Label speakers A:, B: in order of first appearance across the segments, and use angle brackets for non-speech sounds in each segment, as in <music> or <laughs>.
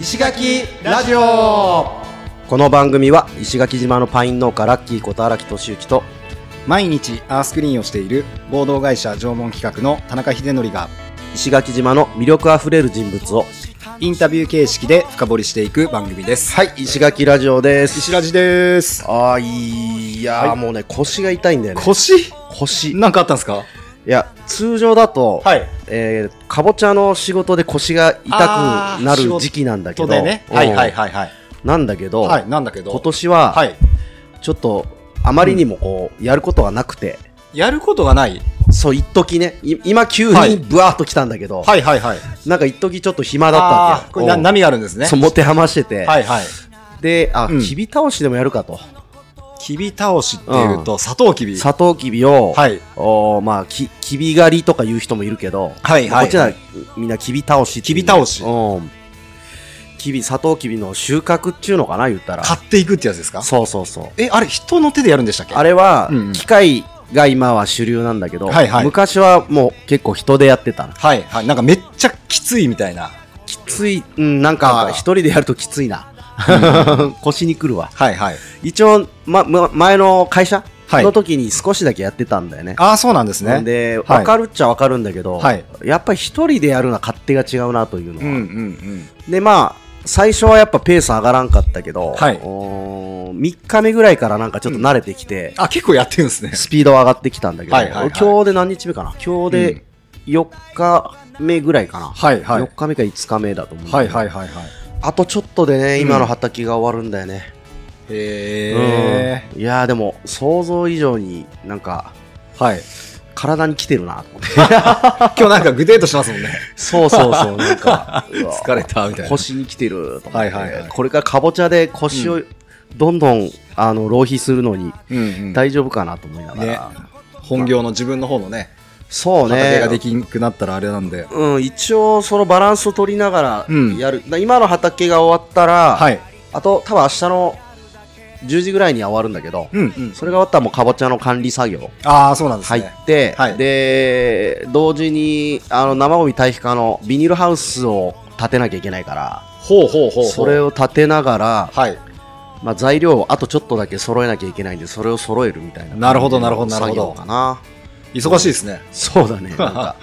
A: 石垣ラジオ
B: この番組は石垣島のパイン農家ラッキーこと荒木俊之と
A: 毎日アースクリーンをしている合同会社縄文企画の田中秀則が
B: 石垣島の魅力あふれる人物を
A: インタビュー形式で深掘りしていく番組です
B: はい石垣ラジオです
A: 石ラジです
B: あーいいやー、
A: はい
B: もうね腰が痛いんだよね
A: 腰
B: 腰い
A: なんかあったんですか
B: や通常だと、
A: はい
B: えーかぼちゃの仕事で腰が痛くなる時期なんだけ
A: と
B: ど
A: でね
B: うん
A: はいはいはいはい
B: なんだけど、
A: はいなんだけど
B: 今年は、
A: はい
B: ちょっとあまりにもこうやることがなくて
A: やることがない
B: そう一時ねい今急
A: はい
B: にブワーッと来たんだけど、
A: はいはいはい
B: なんか一時ちょっと暇だったわ
A: あ
B: け
A: ーこれな
B: うん
A: 波があるんですね
B: そう持て余してて、
A: はいはい
B: であ、
A: うん
B: きび倒しでもやるかと
A: きび倒しっていうと砂糖きび
B: サトウキビを、
A: はい
B: おーまあききび狩りとか言う人もいるけど、
A: はい
B: まあ
A: はい
B: こっちはみんなきび倒しっていう
A: きび倒し
B: うんきびサトウキビの収穫っちゅうのかな言ったら
A: 買っていくってやつですか
B: そうそうそう
A: えあれ人の手でやるんでしたっけ
B: あれは、
A: うんうん
B: 機械が今は主流なんだけど、
A: はいはい
B: 昔はもう結構人でやってたの
A: はいはい。なんかめっちゃきついみたいな。
B: きつい、うん、なん
A: あ
B: か
A: ー
B: 一人でやるときついな <laughs> 腰にくるわ
A: はいはい。
B: 一応、ま、ま前の会社
A: はい
B: の時に少しだけやってたんだよね、
A: ああ、そうなんです
B: な
A: ね。
B: んで、
A: はい
B: わかるっちゃわかるんだけど、
A: はい
B: やっぱり一人でやるのは勝手が違うなというのは。
A: ん
B: で、まあ、最初はやっぱペース上がらんかったけど、
A: はい
B: おー3日目ぐらいからなんかちょっと慣れてきて、
A: あ、結構やってるんですね。
B: スピード上がってきたんだけど、
A: はいはいはい
B: 今日で何日目かな今日で4日目ぐらいかな、
A: はいはい
B: 4日目か5日目だと思
A: <laughs>
B: う。
A: はいはいはいはい。
B: あとちょっとでね、今の畑が終わるんだよね。
A: へえ。
B: うんいやーでも、想像以上になんか、
A: はい。
B: 体に来てるなと思って。
A: 今日なんかグデートしますもんね。 <laughs>
B: そうそうそう、なんか、うわ
A: 疲れたみたいな
B: 腰に来てると思って
A: はいはいはい
B: これからかぼちゃで腰をどんどん、あの浪費するのに
A: うん
B: 大丈夫かなと思いなが
A: ね
B: ら、。
A: 本業の自分の方のね、
B: そう
A: 畑がで
B: ね
A: きんくなったらあれなんで。
B: うん、一応そのバランスを取りながら
A: うん
B: やる、だ今の畑が終わったら、
A: はい。
B: あと多分明日の10時ぐらいには終わるんだけど、
A: うんうん。
B: それが終わったらもうかぼちゃの管理作業
A: ああ、そうなんです
B: 入
A: ね。
B: って、
A: はい
B: で同時にあの生ゴミ堆肥化のビニールハウスを建てなきゃいけないから
A: ほうほうほうほう。
B: それ
A: を。
B: を立てながら、
A: はい。
B: まあ、材料をあとちょっとだけ揃えなきゃいけないんでそれを揃えるみたいな
A: なるほどなるほどなるほど
B: 作業かな
A: 忙しいですね。
B: そうだね <laughs> なんか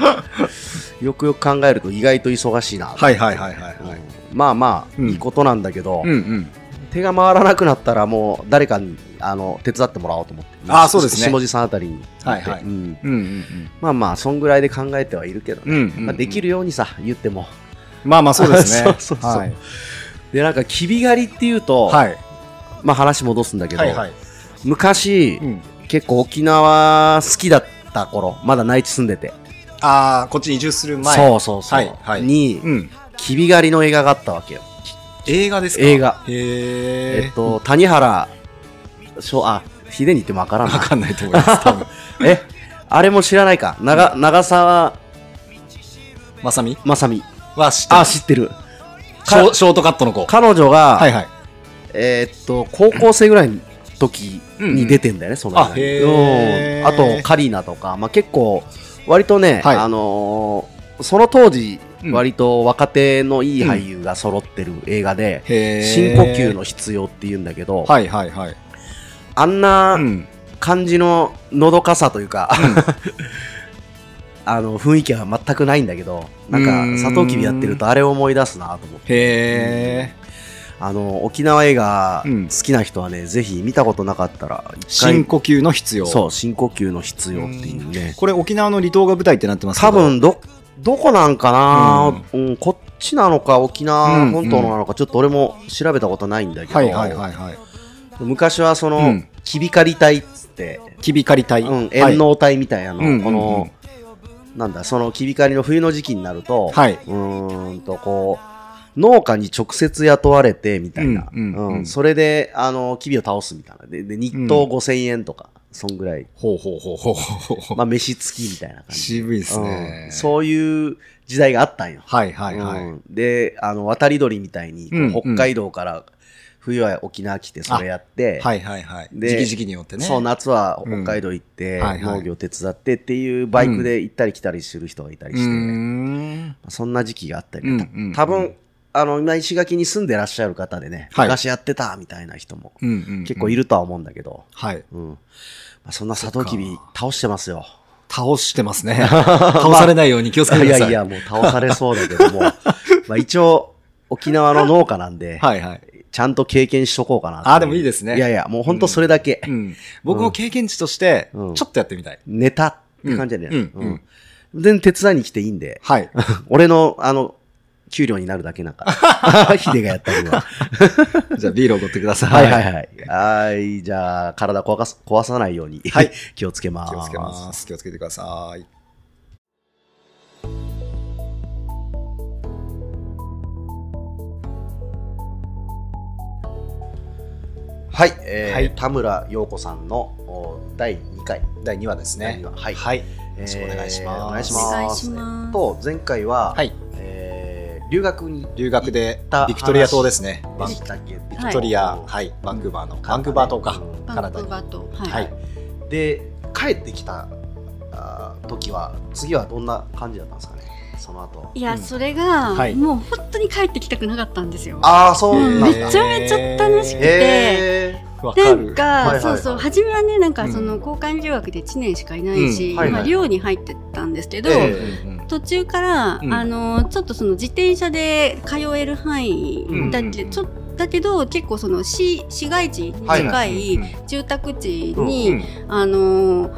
B: よくよく考えると意外と忙しいな、
A: はいはいはいはいはい。
B: うんまあまあ、
A: うん
B: いいことなんだけど、
A: うんうん。
B: 手が回らなくなったらもう誰かにあの手伝ってもらおうと思って
A: あーそうですね
B: 下地さんあたりに行って
A: はいはい
B: うん
A: うんうん
B: まあまあそんぐらいで考えてはいるけどね、
A: うんうんうん
B: まあ、できるようにさ言っても
A: うん。まあまあ <laughs> そうですね。
B: <laughs> そうそうそう
A: はい
B: でなんかきび狩りっていうと、
A: はい。
B: まあ話戻すんだけど、
A: はいはい。
B: 昔、
A: うん
B: 結構沖縄好きだった頃まだ内地住んでて
A: ああ、こっちに移住する前。
B: そうそうそう、
A: はいはい
B: に、
A: うん。
B: きび狩りの映画があったわけよ、
A: 映画ですか
B: 映画
A: へえ。
B: えっ、と谷原しょあ秀に言ってもわからん
A: わ
B: な
A: かんないと思います、多分。
B: えあれも知らないか長長澤
A: まさみ
B: まさみ
A: は知ってる
B: あ知ってる
A: ショショートカットの子。
B: 彼女が、
A: はいはい。
B: えーっと高校生ぐらいの時に出てんだよね、その
A: あへー
B: うんあとカリーナとか、まあ、結構割とね、
A: はい
B: あのーその当時
A: うん
B: 割と若手のいい俳優が揃ってる映画で、
A: へえ。
B: 深呼吸。の必要っていうんだけど、
A: はいはいはい。
B: あんな
A: うん。
B: 感じののどかさというか、 <laughs> あの雰囲気は全くないんだけどな
A: うー
B: ん
A: ん
B: かサトウキビやってるとあれを思い出すなと思って
A: へえ。
B: あの沖縄映画
A: うん
B: 好きな人はね、ぜひ見たことなかったら一回
A: 深呼吸の必要。
B: そう深呼吸の必要っていうね
A: これ沖縄の離島が舞台ってなってますけど
B: 多。分どどこなんかな、うんこっちなのか沖
A: うん
B: 縄本島なのかちょっと俺も調べたことないんだけど、
A: はいはいはいはい。
B: 昔はその、
A: うん
B: キビカリ隊っつって、
A: きび狩り隊。
B: うん、遠納隊みたいなの、
A: はいうんう
B: こ
A: ん
B: の、なんだそのキビカリの冬の時期になると、
A: はいう
B: ーんとこう農家に直接雇われてみたいな、
A: うんうんうん
B: それであのキビを倒すみたいなでで日当5000円とか、そんぐらい、
A: ほうほうほうほうほうほう。
B: まあ、飯付きみたいな感じ
A: 渋いですね
B: うん。そういう時代があったんよ。
A: はいはいは
B: う
A: い。
B: んであの渡り鳥みたいに、こう
A: うんうん
B: 北海道から冬は沖縄来てそれやって、
A: はいはいはい。
B: で
A: 時期時期によってね。
B: そう夏は
A: うん
B: 北海道行って、
A: はいはい
B: 農業手伝ってっていうバイクで行ったり来たりする人がいたり
A: う
B: して、
A: ーん。
B: そんな時期があったり、
A: うんうんうん
B: 多分あの、今石垣に住んでらっしゃる方でね、
A: はい
B: 昔やってたみたいな人も
A: うんうんうん
B: 結構いるとは思うんだけど、
A: はい。
B: うん。まあ、そんなサトウキビ倒してますよ。
A: 倒してますね。 <laughs> 倒されないように気をつけて
B: い
A: ください。
B: やいや、もう倒されそうだけど
A: <laughs>
B: も、まあ一応、沖縄の農家なんで、
A: はいはい。
B: ちゃんと経験しとこうかなと
A: あーでもいいですね
B: いやいや、もう本当それだけ。
A: うん。僕も経験値として
B: う、ん
A: ちょっとやってみたい。
B: ネタって感じだよね。
A: うんうんうん
B: 全然手伝いに来ていいんで、
A: はい。
B: 俺の、あの、給料になるだけな
A: <laughs>
B: んか。ヒデがやったりは。
A: じゃあビールをおごってくださ。
B: はいいはいはい。はい、じゃあ、体壊す壊さないように、
A: はい、
B: <laughs> 気をつけます。
A: 気をつけます。気をつけてください。
B: はい、えー
A: はい
B: 田村陽子さんのお第2回。
A: 第2話です
B: 第
A: ね
B: 二。話はい
A: はい。よ
B: よ
A: ろしくお願いします。
B: お願いし
C: お願
B: ま
C: い
B: す。
C: します
B: えっと、前回は、
A: はい。
B: えー留学に
A: 留学で、ビクトリア島ですね。
B: で
A: バン
B: したっけ、ビ
A: ビクトリア、はい、バンクーバーの、バンクーバー島か。カナダに
C: バンクーバーと、
A: は
C: はいい。
B: で帰ってきたあー時は次はどんな感じだったんですかねその後
C: い
A: うん
C: や、それが、
A: はい
C: もう本当に帰ってきたくなかったんですよ。
B: ああそ
C: うん
A: なん
C: め
A: だ
C: ちゃめちゃ楽しくて。
B: へ
A: わか
C: な
A: る
C: んか、
B: いはいはい
C: そうそう初めはねなん
A: う
C: か
A: ん
C: その交換留学で1年しかいないし、
B: うんはいはい
C: まあ、寮に入ってたんですけど、
B: ええ
A: うん
C: 途中から、
A: うん
C: あのちょっとその自転車で通える範囲だけ、
A: うん
C: ちょだけど結構その市市街地に
B: はい
C: 近い住宅地に、
A: うん
C: あの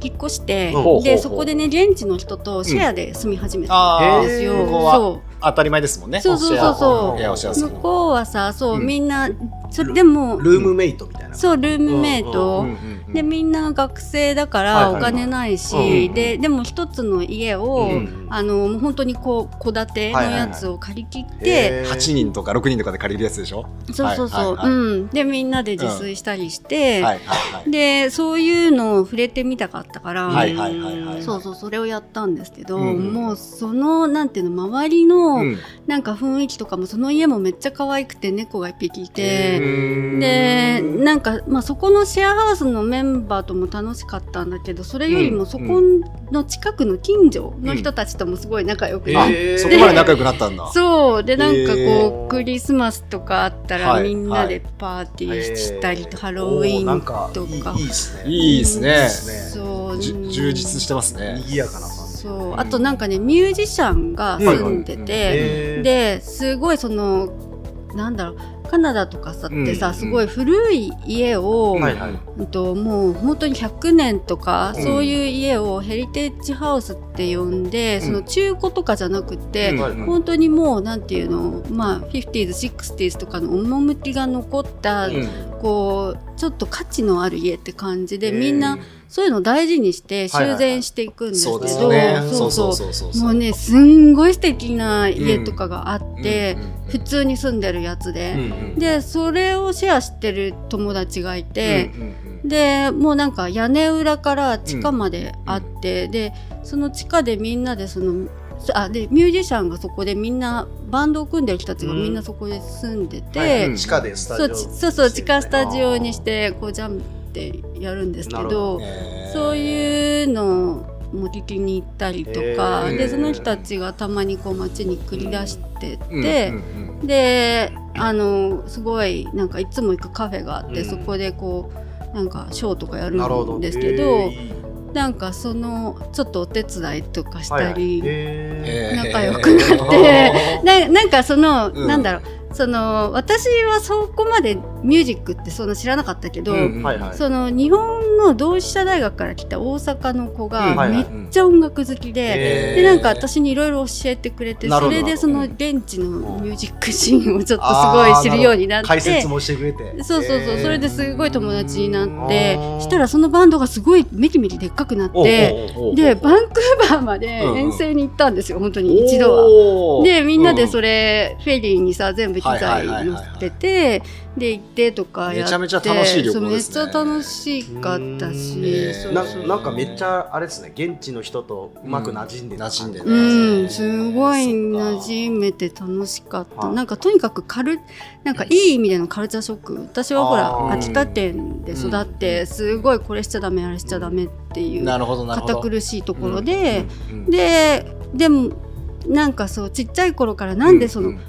C: 引っ越して、
B: うんほうほうほう
C: でそこでね現地の人とシェアで住み始めた
A: あ
C: ん
A: あ、
C: ですよ。
A: ここは
C: そう
A: 当たり前ですもんね。
C: そうそうそうそう
A: シェアをシェアす
C: 向
A: るの
C: こうはさそう、
A: うん
C: みんなそれでも
B: ールームメイトみたいな
C: そうルームメイト、
A: う
B: う
A: んうんうん
C: でみんな学生だか
B: はい
C: ら
B: はい
C: お
B: はい
C: 金ないし、
B: うん
C: ででも一つの家を、
A: うん
C: あのもう本当にこう戸建てのやつを借り切って、
A: 八人とか六人とかで借りるやつでしょ。
C: そうそうそう、
A: はいはいは
C: うん、でみんなで自炊したりして、
A: はいはいはい。
C: でそういうのを触れてみたかったから、
A: はいはいはいはい
C: そうそうそれをやったんですけど、
A: うんうん
C: もうそのなんていうの周りの、
A: うん
C: なんか雰囲気とかもその家もめっちゃ可愛くて猫が一匹い
B: へ
C: て。
B: ー
C: でなんか、まあ、そこのシェアハウスのメンバーとも楽しかったんだけどそれより
A: う
C: も
A: ん
C: そこの近くの近所の人たちともすごい仲良くな
A: あ
C: って、
B: へー
A: そこまで仲良くなったんだ。
C: そうでなんか
B: へ
C: こ
B: ー
C: うクリスマスとかあった
A: は
C: ら
A: い
C: みんなでパーティーしたりと、ハロウ
B: お
C: ィ
B: な
C: ーン
B: んか
C: とか
B: いいですね
A: いいです
C: いい
A: ね
C: っ。すねそう
A: じゅ充実してますね。
B: 賑やかな感じ
C: そううんあとなんかねミュージシャンが住んで
A: うん
C: て、
B: へー
C: ですごいそのなんだろうカナダとかさって
A: う
C: さ
A: ん
C: すごい古い家を、
B: はいはい
C: うんともう本当に100年とか、
A: うん
C: そういう家をヘリテージハウスって呼んで、
A: ん
C: その中古とかじゃなくて、
A: うん
B: はい
C: 本当にもうなんていうのまあ 50s、60s とかの趣が残った、
A: うん
C: こうちょっと価値のある家って感じで、
B: へー
C: みんなそういうのを大事にして
B: はいはいは
C: 修
B: い
C: 繕していくんですけ
A: そ
C: ど、
A: うですよね。そうそう
C: そ
A: そ
C: う
A: うそう
C: も
A: そうう。
C: ねすんごい素敵な家とかがあって、
A: うんうんうん
C: 普通に住んでるやつ
A: うん
C: で、
A: うん
C: でそれをシェアしてる友達がいて、
A: うんうん
C: でもうなんか屋根裏から地下まであって、でその地下でみんなでそのあでミュージシャンがそこでみんなバンドを組んでる人たちがみんなそこで住んでて、
B: はいはい地下でス
C: そ
B: タ
C: う
B: ジオ
C: ちそうそう地下スタジオにしてこうジャンってやるんですけ
B: な
C: ど
B: るほど
A: ね
C: そういうのも聞きに行ったりとか、
B: へー
C: でその人たちがたまにこう街に繰り出してって、
A: うんうんうん
C: であのすごいなんかいつも行くカフェがあって、
B: うん
C: そこでこうなんかショーとかやる
B: なるほど
C: んですけど
B: へーいい
C: なんかそのちょっとお手伝いとかし
B: はいは
C: た
B: い
C: り、
B: へ
A: へー
C: 仲良くなっ
B: ー
C: て。ななんかその、
A: うん
C: なんだろうその私はそこまでミュージックってそんな知らなかったけど、
A: うん
B: はいはい
C: その日本の同志社大学から来た大阪の子
A: うん
B: は
C: が
B: い
C: め
B: は
C: っ
B: い
C: ちゃ音楽好き
B: へ
C: で。
B: ー
C: でなんか私にいろいろ教えてくれて
B: なる
C: そ
B: ほど
C: れでその
A: うん
C: 現地のミュージックシーンをちょっとすごい知るようになって
B: 解説もしてくれて
C: そうそうそうそれですごい友達になって
B: あー
C: したらそのバンドがすごいめきめきでっかくなって
B: で
C: でバンクーバーまで遠征に行ったんですよ本当に一度は。
A: は
C: でみんなでそ
A: れ
C: れ、フェリーにさ全部機
A: は
C: 材
A: いはいはいはい
C: 乗っててで行ってとかやって
A: めちゃめちゃ楽しい旅行ですね
C: そうめっちゃ楽しかったし、
B: うん
A: へー
C: そう
B: な
C: そう
B: なんかめっちゃあれですね現地の人とうまく馴染んでる
A: 馴染んでる
C: うんすごい馴
A: じ
C: 染めて楽しかっ
B: は
C: た
B: い
C: なんかとにかくカルなんかいい意味でのカルチャーショック私はほ
B: あ
C: ら
B: ー
C: 秋田県で育っ
A: うん
C: てすごいこれしちゃダメあれしちゃダメっていう
A: なるほどなるほど
C: 堅苦しいところで、
A: うんうんうん
C: ででもなんかそうちっちゃい頃からなんでその
A: うん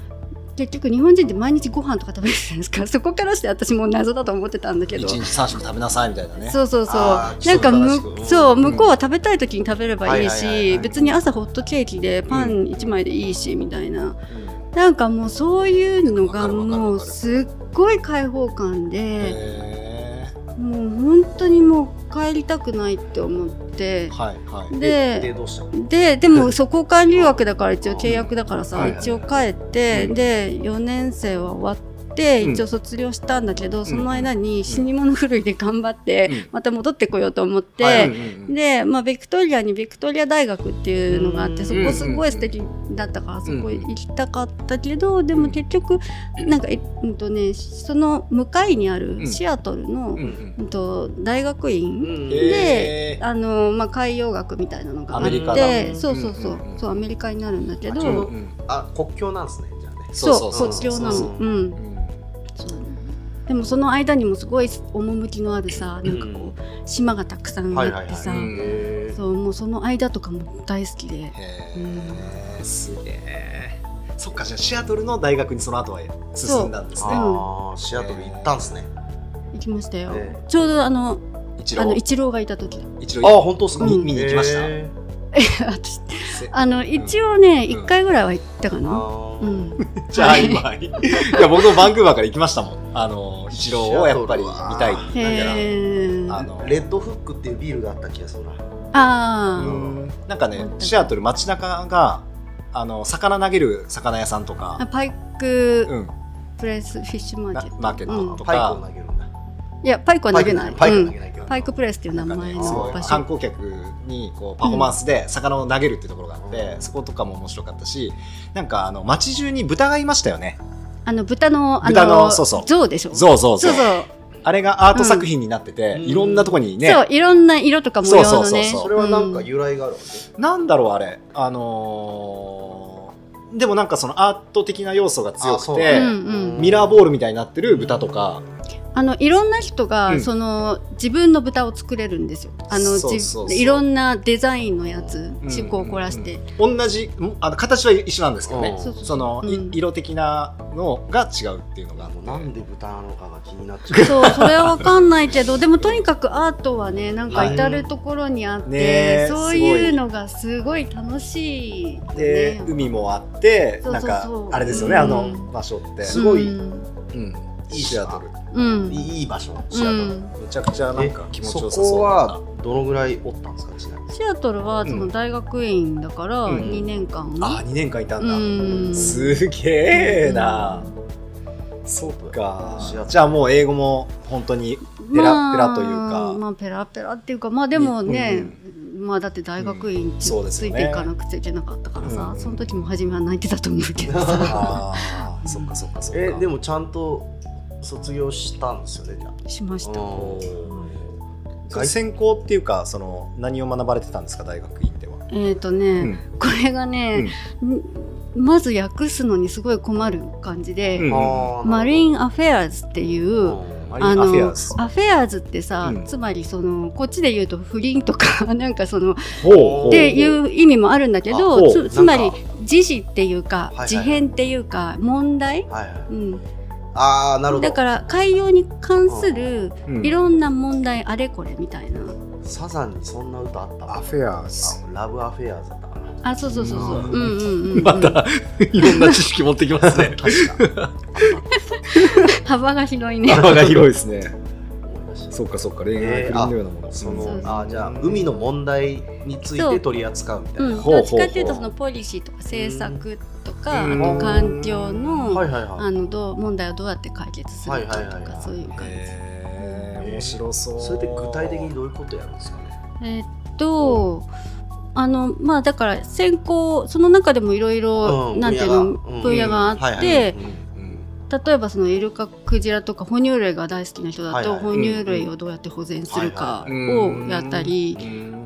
C: 結局日本人って毎日ご飯とか食べるじゃないですか <laughs> そこからして私もう謎だと思ってたんだけど
A: 一日三食食べなさいみたいなね。
C: そうそうそう
B: あー
C: なんか
B: 規則正しくうん
C: むそ
A: う
C: う
A: ん
C: 向こうは食べたい時に食べればいい
B: はいはいはいは
C: し
B: い
C: 別に朝ホットケーキでパン1枚でいいしみたい
A: う
C: な
A: ん
C: なんかもうそういうの
A: わか
C: が
A: るわかる
C: も
A: わ
C: う
A: かる
C: すっごい開放感で
A: へ
C: もう本当にもう帰りたくないって思っ
A: ー
C: て
A: はいはい。
C: で
B: でどうしたの
C: ででもそこ間留学だから一応契約だから
A: は
C: さ
A: いはいはい
C: 一応帰って
A: うん
C: で4年生は終わって
A: うん
C: 一応卒業したんだけどその間に死に物狂いで頑張って
A: うん
C: また戻ってこようと思っ
A: はいうん
C: て
A: うんうん
C: でまあビクトリアにビクトリア大学っていうのがあってそこすごい素敵だったからそこ行きたかったけどでも結局なんかえうんとねその向かいにあ
A: う
C: る
A: ん
C: シアトルの
A: うんうん
C: うんと大学
B: う
C: 院
B: ん
A: へー
C: あのまあ、海洋学みたいなのがあ
B: ア
C: っ
B: メリカ
C: て
B: だ
C: そうそうそう,、
A: うんうんうん
C: そうアメリカになるんだけど
B: あちょう
A: う
B: ど
A: んうん
B: あ国境なんですねじゃあね
C: そう
A: そうそう
C: 卒業な
B: そうそう
C: のう
A: うんん
C: でもその間にもすごい趣のあるさなんかこう、島がたくさんあってさ、
B: はい
A: はいはい
B: へー
C: そうもうその間とかも大好きで
A: へ
B: う
A: ーすげえ。そっかじゃあシアトルの大学にその後は進んだんですね。
B: あーシアトル行ったんですね
C: 行きましたよ、
B: え
C: ちょうどあの
A: 一
C: あの
A: 郎
C: 一郎がいた時だ <laughs>
A: 一
B: あ
A: 郎
B: ー本当ですか
A: 見見に行きました
B: へー
C: 私
A: せ
C: あの一応ね、
A: うん
C: 一1回ぐらいは行ったかな、
B: あ
C: う
B: ー
C: ん、
A: じゃあ
C: <laughs>
A: 今いや僕もバンクーバーから行きましたもん。あの一郎をやっぱり見たいって言いながら
C: へえ
A: あ
C: あ
A: の
B: レッドフックっていうビールがあった気がするな
C: あー、
A: うんなんかねシアトル街中があの魚投げる魚屋さんと
C: あ
A: か、
C: パイク
A: うん、
C: プレスフィッシュマー
A: な
C: ケット
A: マーケッ
C: う
A: ト
C: ん
A: と
B: パイ
A: か、
B: クを投げるんだ
C: いやパイクは投げない
B: パイクは投
C: うん
B: げないけど
C: パイクプレスっていう名
A: なんかね
C: 前
A: すご
C: の
A: い
C: 場所、
A: 観光客にこうパフォーマンスで魚を投げるっていうところがあって、そことかも面白かったしなんかあの街中に豚がいましたよね
C: あの豚のあ
A: 豚のそうそう
C: 象でしょ
A: そうそう
C: そ
A: そう
C: うそう
A: あれがアート作品になってて、
B: うん
A: いろんなとこにね
C: そういろんな色とか模様
A: そう
C: の
A: そう
C: ね
A: そうそう
B: それはなんか
C: うん
B: 由来があるわけ、
A: なんだろうあれあのーでもなんかそのアート的な要素が強
B: あそ
A: く
B: うな
A: て、
B: んだ
C: うんうん
A: ミラーボールみたいになってる豚とか、
C: あのいろんな人が、
A: うん
C: その自分の豚を作れるんですよあの
A: そうそうそう
C: じいろんなデザインのやつ
A: うん
C: 思考を凝らして、
A: 同じんあの形は一緒なんですけどね、
B: うんそう
C: そう
A: その、い
C: うん
A: 色的なのが違うっていうのがあって
B: もうなんで豚なのかが気になっちゃう
C: そうそれはわかんないけどでもとにかくアートはねなんか至る所にあって、
A: ねえ
C: そういうのがすごい楽しいよね
A: で、海もあって
C: そうそうそう
A: なんかあれですよね、
C: うん
A: あの場所って、
B: すごい
C: うん
A: うん、いいシアトル
C: うん
B: いいいい場所
A: シアトル、
C: うん
A: めちゃくちゃなんか気持ちよさ
B: そこ
A: そうだ
B: はどのぐらいおったんですかちなみに
C: シアトルはその大学院だから
A: うん
C: 2年間、
A: ああ2年間いたんだ、
C: うん
A: すげえな、そっか
B: シアトル
A: じゃあもう英語も本当にペラペラというか
C: まあペラペラっていうかまあでもね、まあだって大学院って
A: そうです
C: つ
A: よ
C: い
A: ね
C: ていかなくちゃいけなかったからさ、
A: うん
C: その時も初めは泣いてたと思うけど
A: <laughs>
C: さ
A: ああそっかそっかそっか
B: えでもちゃんと卒業したんですよねじゃあ
C: しました
B: おー
A: それ専攻っていうかその何を学ばれてたんですか大学院では、
C: えっ、とね、
A: うん
C: これがね、んまず訳すのにすごい困る感じで、
A: うん
B: あー
C: マリン・アフェアーズっていう、
B: うん
A: マリン
C: あの
A: アフェアーズ
C: アフェアーズってさ、
A: うん
C: つまりそのこっちで言うと不倫とか <laughs> なんかその
A: ほう
B: ほ
C: っ
A: ほう
C: ていう意味もあるんだけ
A: あほ
C: ど
A: う
C: つつま
B: なん
C: り
B: か
C: 自死っていうか
B: いはい
C: 事変っていうか問題、
B: はいはい
C: うん、
B: ああなるほど
C: だから海洋に関する
A: うん
C: いろんな問題あれこれみたいな
B: サザンにそんな歌あった
A: アフェアーズ
B: あラブアフェアーズだったかな
C: あそうそうそうそう
B: う
C: うん
B: ん
C: うんうん、うん、
A: またいろんな知識持ってきますね
B: <laughs> 確か
C: 幅が広いね
A: 幅が広いですね
B: 思い出した
A: そっかそっか恋愛不倫のようなもの、
B: その
C: そうそう
B: あーじゃあ海の問題につい
C: そう
B: て取り扱うみたいな、
C: うん、
A: ほうほうほう
C: どっちかっていうとそのポリシーとか政策とか、
A: うん
C: あと環境の,、
B: はいはいは
C: あ
B: い
C: のどう問題をどうやって解決するか
B: はいはい
C: と
B: はい
C: か
B: はい
C: そういう感じ。
A: へー面白そう
B: それって具体的にどういうことやるんですかね
C: えっとあのまあだから選考その中でもいろいろなんていうの分野があって、
A: うん
C: 例えばそのイルカクジラとか哺乳類が大好きな人だと、
B: はいはい
C: 哺乳類をどうやって保全するか
A: うんうん
C: をやったり、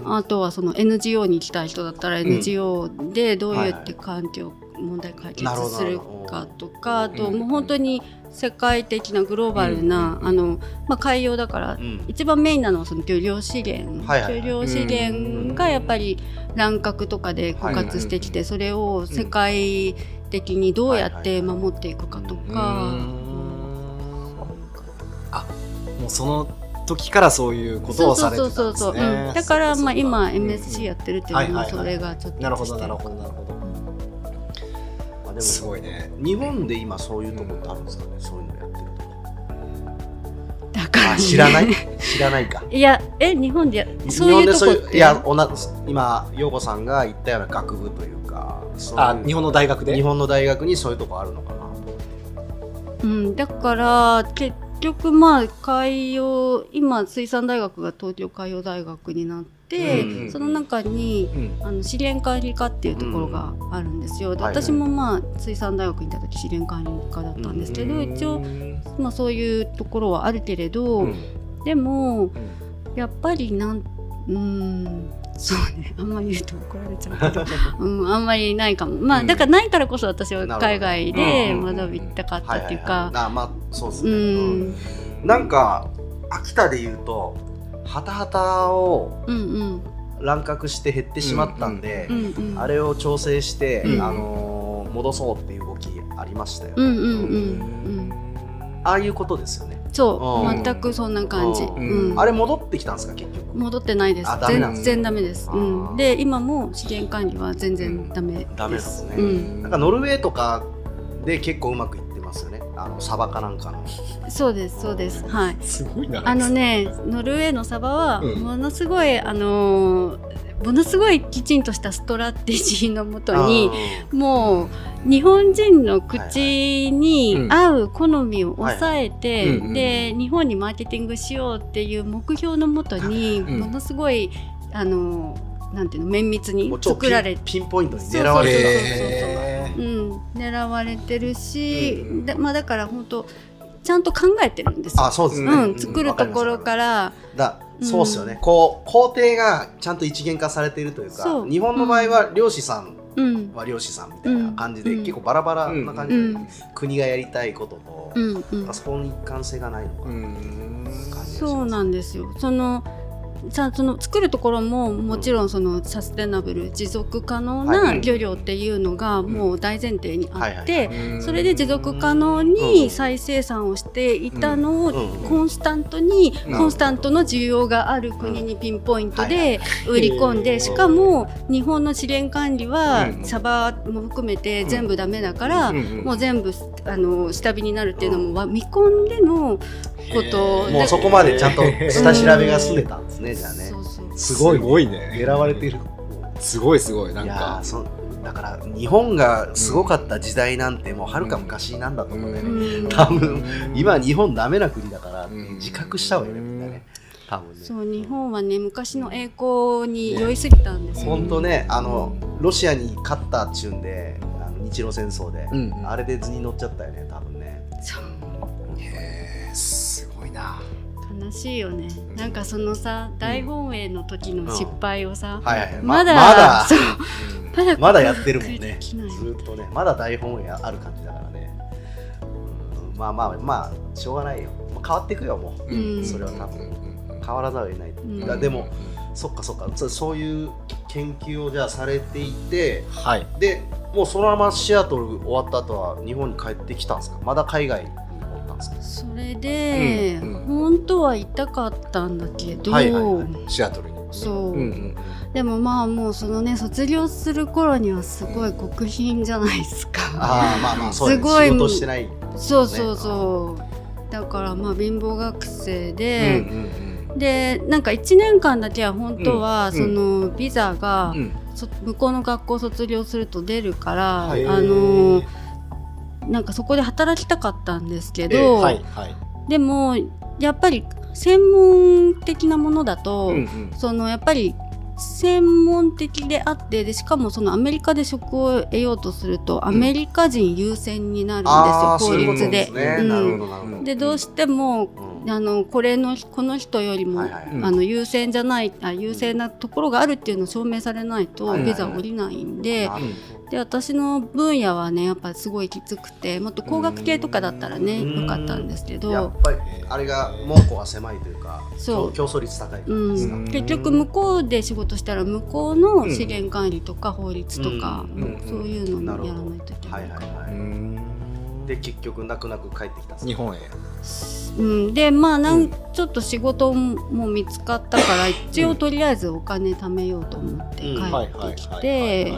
C: あとはその NGO に行きたい人だったら
A: ん
C: NGO でどう
B: はい
C: や
B: は
C: っ
B: い
C: て環境問題解
B: なるほ
C: 決
B: ど
C: するかとかあ
A: なるほど
C: と
A: うん
C: もう本当に世界的なグローバル
A: う
C: なん
A: うん
C: あの、まあ、海洋だから
B: うん
C: 一番メインなのはその漁業資源、
B: はいはいはい
C: 漁業資源がやっぱり乱獲とかで枯渇してきて、
A: うん
C: それを世界的にどうやって守っていくかと
A: うー
C: か。
A: んあもうその時からそういうことをされてたんですね
C: そうそうそうそう、うんだからまあ今 MSC や
A: っ
C: ってるっていうの
A: はいはいは
C: はいそれがちょっと
A: なるほどなるほどなるほど
B: まあ、ですも
A: ごいね
B: 日本で今そういうとこってあるんですかね、そういうのやってるとこ
C: だから、
B: あ知らない知らないか
C: いやえ日本でやそう
B: 日本
C: いう
B: で
C: とこって
B: いやおな今陽子さんが言ったような学部というかそういう
A: あ日本の大学で
B: 日本の大学にそういうとこあるのかな
C: うん、だから結局まあ海洋今水産大学が東京海洋大学になって、
A: うんうん
C: その中に
A: うん
C: あの資源管理科っていうところがあるんですよ、で
B: はいはい
C: 私もまあ水産大学にいた時資源管理科だったんですけど、一応、まあ、そういうところはあるけれど、
A: うん
C: で
A: う
C: も
A: ん
C: やっぱりなんうーんそうねあんまり言うと怒られちゃうけど、うん、あんまりないかもまあ、
A: うん
C: だからないからこそ私は
B: なるほど
C: 海外で学びたかったっていうか。
B: あまあそうです
C: う
B: ね、
C: ん
B: うんなんか秋田で言うとハタハタを
C: うんうん
B: 乱獲して減ってしまったんで、
C: うんうん
B: あれを調整して、
A: うん
B: あのー戻そうっていう動きありましたよ、ね
C: うんうんうんうん
B: ああいうことですよね、
C: そう
B: うん
C: 全くそんな感じ、
B: う
C: うん
A: ん
B: あれ戻ってきたんですか結局
C: 戻ってないです
B: あダメなん
A: で
C: 全
A: す
C: 然ダメです、
B: あ
C: う
B: ー
C: ん、で今も資源管理は全然ダメ
B: ダメ
C: で、
B: ですすね、
C: うん
B: なんかノルウェーとかで結構うまくいってますよねあのサバかなんかの
C: そうですそうですはい
A: すごいな
C: あのねノルウェーのサバは
A: うん
C: ものすごい、あのーものすごいきちんとしたストラテジーのもとにもう日本人の口に合う好みを抑え
A: はいは
C: て
A: いうん
C: で日本にマーケティングしようっていう目標のもとに
A: うん
C: ものすごいあのなんていうの綿密
B: あー
C: に
B: もうちょっとピン
C: 作られて、
B: ピンポイントに狙われてたんです
C: そうそうそうそう
B: ね
A: へ
C: うん、狙われてるし、
A: うんうん
C: だまあ、だから本当ちゃんと考えてるんですよ
B: あ、そうですね。。
C: うん作るところからら。
B: だ
C: うん
B: そうですよね。こう工程がちゃんと一元化されているという
C: そ
B: か、
C: う
B: 日本の場合は漁師さん
C: うん
B: は漁師さんみたいな感じで、
C: うん
B: 結構バラバラな感じ
C: う
B: で、
C: ん
B: 国がやりたいことと、
C: うんうん
B: そこに一貫性がないの
A: う
B: かな。
A: ん
B: 感じがします
C: そうなんですよ。そのじゃあその作るところももちろんそのサステナブル持続可能
B: は
C: ない漁業っていうのがもう大前提にあっ
B: は
C: てそれで持続可能に再生産をしていた
B: う
C: のを
B: ん
C: コンスタントに
A: うん
C: コンスタントの需要がある国にピンポイントで売り込ん
A: へー
C: でしかも日本の資源管理は
A: うん
C: サバも含めて全部ダメだか
A: う
C: ら
A: んうん
C: もう全部あの下火になるっていうのもわ見込んでのこと
A: へー
B: もうそこまでちゃんと下調べが済んでたんですね、じゃあね
C: そ。うそう
A: <laughs> すごいす
B: すご
A: ご
B: い
A: いね
B: 狙われている。
A: すごいすごいなん
B: いや
A: か
B: ーそだから日本がすごかった時代なんてもうはるか昔なんだと思うんだよね。
C: うん
B: 多分
A: うん
B: 今日本ダメな国だから
A: うん
B: 自覚したわよねみんなね多分ね
C: そう日本はね昔の栄光に酔いすぎたんですよ、
A: ね
B: 本当ねあのロシアに勝ったっちゅうんであの日露戦争で、
A: うんうん
B: あれで図に乗っちゃったよね多分ね
C: そう
A: へーすごいな
C: 悲しいよねなんかそのさ大本営の時の失敗をさ、
B: はいはい
C: まだ
B: ま
C: そうま <laughs> だ
B: だまだやってるもんね
C: で
B: ず
C: きない
B: っとねまだ台本やある感じだからね、うんまあまあまあしょうがないよまあ変わっていくよもう
C: うん
B: それは多分
A: 分
B: 変わらざるを得ない、
C: ん
B: だからでもそっかそっかそそういう研究をじゃあされていて
A: はい
B: でもうそのままシアトル終わった後は日本に帰ってきたんですかまだ海外におったんですか
C: それで、
A: うんうん
C: 本当は痛かったんだけど、
A: はいはいはいシアトルに
C: そう
A: うんうん
C: でもまあもうそのね卒業する頃にはすごい極貧じゃないですか、
B: ああまあまあそうです
C: すごい
B: 仕事してない、
C: そうそうそうだからまあ貧乏学生
A: うん
C: で、
A: うん
C: でなんか1年間だけは本当は、
A: ん
C: そのビザが、
A: うん
C: そ向こうの学校卒業すると出るから、
A: はい
C: あのなんかそこで働きたかったんですけど、
A: はいはい
C: でもやっぱり専門的なものだと、
A: うんうん
C: そのやっぱり専門的であってでしかもそのアメリカで職を得ようとするとアメリカ人優先になるん
B: ああ
C: ですよ、
B: そういう
C: 法
B: ことで。
C: 律です
B: ね、
C: うん
B: なるほどなるほど、
C: でどうしても
B: うん
C: あのこれのこの人よりも、
B: はいはいはい
A: うん
C: あの優先じゃないあ優先なところがあるっていうのを証明されないと
B: はいはいはい
C: ビザ下りないんで、
B: なるほど
C: で私の分野はねやっぱすごいきつくてもっと工学系とかだったらね
B: うん
C: よかったんですけ
B: や
C: ど
B: っぱりあれが門戸が狭いというか
C: そう
B: 競競争率高いか
C: う
B: らですか、
C: ん、結局向こうで仕事したら向こうの資源管理とか法律とか、
B: うん
A: うん
C: そういうの
B: なる
C: も
B: ほど
C: やらないといけ
B: は
C: ないい
B: はい
C: から
B: は
A: う
B: い、
A: ん
B: で結局泣く泣く帰ってきたんですか
A: 日本へ
C: うん、でまあなん、
A: うん
C: ちょっと仕事も見つかったから一応とりあえずお金貯めようと思って帰
B: うん
C: ってきて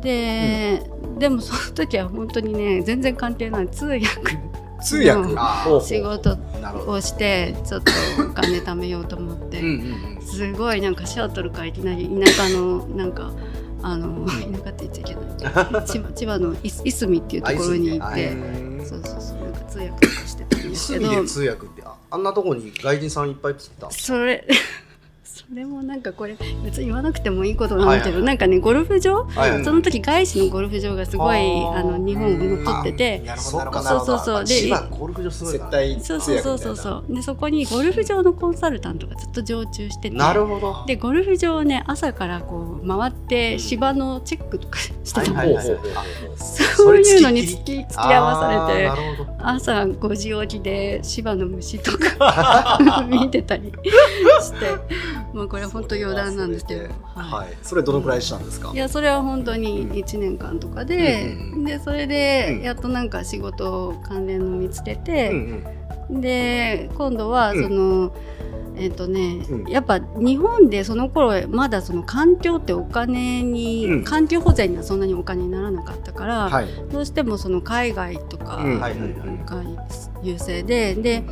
C: で、でもその時は本当にね全然関係ない通訳
A: 通訳
C: うん
B: あー
A: ほうほう
C: 仕事
B: なるほど
C: をしてちょっとお金貯めようと思って、
A: うんうん
C: すごいなんかシアトルからいきなり田舎のなんかあの田舎って言っちゃいけない千葉千葉のいすいすみっていうところに行っ
B: あいす
C: て
B: み。
A: うん
C: そうそうそうなんか通訳とかしてたんですけ
B: 隅
C: ど
B: で通訳ってああんなとこに外人さんいっぱい来てた
C: それ <laughs> それもなんかこれ別に言わなくてもいいことなんだけ
B: はいはいは
C: ど
B: い
C: なんかねゴルフ場
B: はい
A: うん
C: その時外資のゴルフ場がすごい
B: あー
C: あの日本を残ってて
A: なるほ
B: そ
A: ど
B: っ
A: なる
B: か
A: ほどなるほど
C: そうそうそうで
B: 千葉ゴルフ場すごい
A: 接
B: からね
A: 待通
C: そう
A: 訳
C: そう
A: みたいうな
C: そそうそうでそこにゴルフ場のコンサルタントがずっと常駐してて
B: なるほど
C: でゴルフ場をね朝からこう回って芝のチェックとかしてたの、
B: はいはいはい
A: ほうほうほう
C: そういうのに
B: それ
C: 付き付き
B: あー
C: 合わされて
B: なるほど
C: 朝5時起きで芝の虫とか見てたりしてもうこれ本当余談なんですけど。はい
A: はいそれどのくらいしたんですか
C: いやそれは本当に1年間とかで、
A: うんうんうん
C: でそれ
A: うん
C: でやっとなんか仕事関連の見つけ
A: うんう
C: て、
A: ん
C: で今度は
A: うん
C: その、えっ、とね、
A: うん
C: やっぱ日本でその頃まだその環境ってお金に、
A: うん
C: 環境保全にはそんなにお金にならなかったから、
A: はい
C: どうしてもその海外とか
A: うん
B: はいはいはい
C: が優勢で、で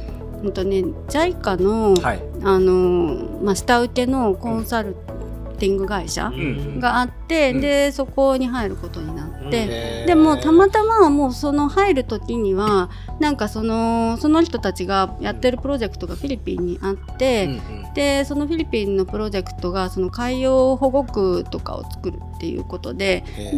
C: 本当ね JICA の、
A: はい
C: あのまあ、下請けのコンサルティング会社、
A: ん
C: があって、
A: うん
C: でそこに入ることになって、
A: えー
C: でもたまたまもうその入る時にはなんかそのその人たちがやってるプロジェクトがフィリピンにあって、
A: うんうん
C: でそのフィリピンのプロジェクトがその海洋保護区とかを作るっていうことで、
A: へー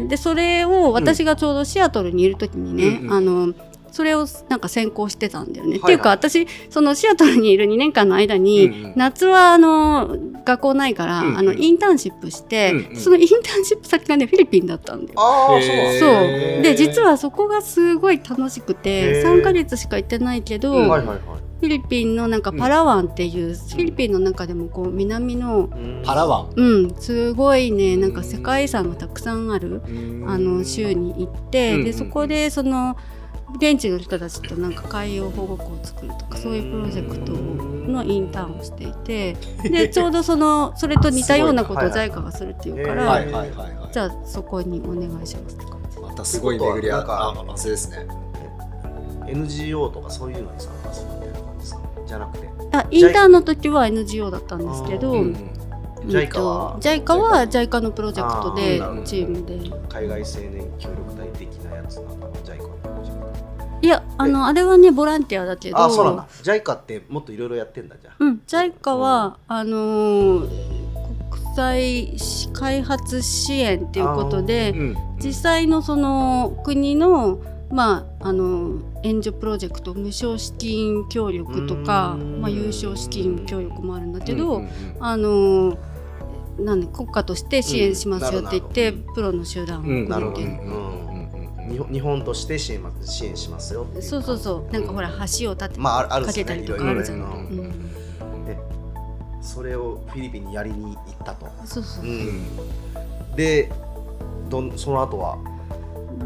C: ででそれを私がちょうどシアトルにいる時にね、
A: うんうん
C: あのそれをなんか先行してたんだよね。
B: はいはい
C: っていうか私そのシアトルにいる2年間の間に、
A: うんうん
C: 夏はあの学校ないから、
A: うん
C: あのインターンシップして、
A: うんうん
C: そのインターンシップ先がねフィリピンだったんだよ。
B: ああそうなん
A: へ
B: だ
A: ー
C: そう
A: へー
C: で実はそこがすごい楽しく
B: へー
C: て3ヶ月しか行ってないけど、
A: うん
B: は
C: フ
B: いはいはい
C: ィリピンのなんかパラワンっていう、フィリピンの中でもこう南の
A: パラワ
C: うんすごいねなんか世界遺産がたくさんある、
A: ン
C: あの州に行っ
A: う
C: て、
A: んうんうん
C: でそこでその現地の人たちとなんか海洋保護区を作るとかそういうプロジェクトのインターンをしていて
A: <laughs>
C: でちょうどそのそれと似たようなこと
B: す
C: を
B: ごい
C: JICA がするっていうか
B: へー
C: ら、
A: はいはいはいはい
C: じゃあそこにお願いしますとか
A: またすごい巡り合
B: ってことは
A: あ
B: なんか
A: あそうですね
B: NGO とかそういうのに参加するみたいな感じですかじゃなくて
C: あインターンの時は NGO だったんですけど、
A: うん
C: う
A: うんん
C: と
B: JICA は
C: JICA は JICA のプロジェクトで
B: あ
A: ー
C: チームで
B: 海外青年協力隊的なやつなのかな JICA のプロジェクト
C: いやあのあれはねボランティアだけど
B: ああそうなんだ JICA ってもっといろいろやってんだじゃあ
C: うん、JICA は、あのー国際開発支援っていうことで、
A: うん
C: 実際のその国の、まあ、あの援助プロジェクト無償資金協力とか、
B: うん
C: まあ、有償資金協力もあるんだけど、
A: うんうんうん
C: あのーなんで国家として支援しますよって言って、
B: うんなる
C: プロの集団を
A: うん
B: なる
C: 組ん
B: ほど
C: で、
B: ね日本日本として支援ま支援しますよってい
C: そうそうそうなんかほら橋を建て
B: まああるあるっ
C: か
B: す
C: けた
B: ね
C: り
B: い
C: と
B: ろい
C: か
B: ろ
C: あ
B: ね
C: るじゃない、
B: うん
C: うん
B: それをフィリピンにやりに行ったと、
C: そうそう
B: う、
A: うんん
B: でどんその後は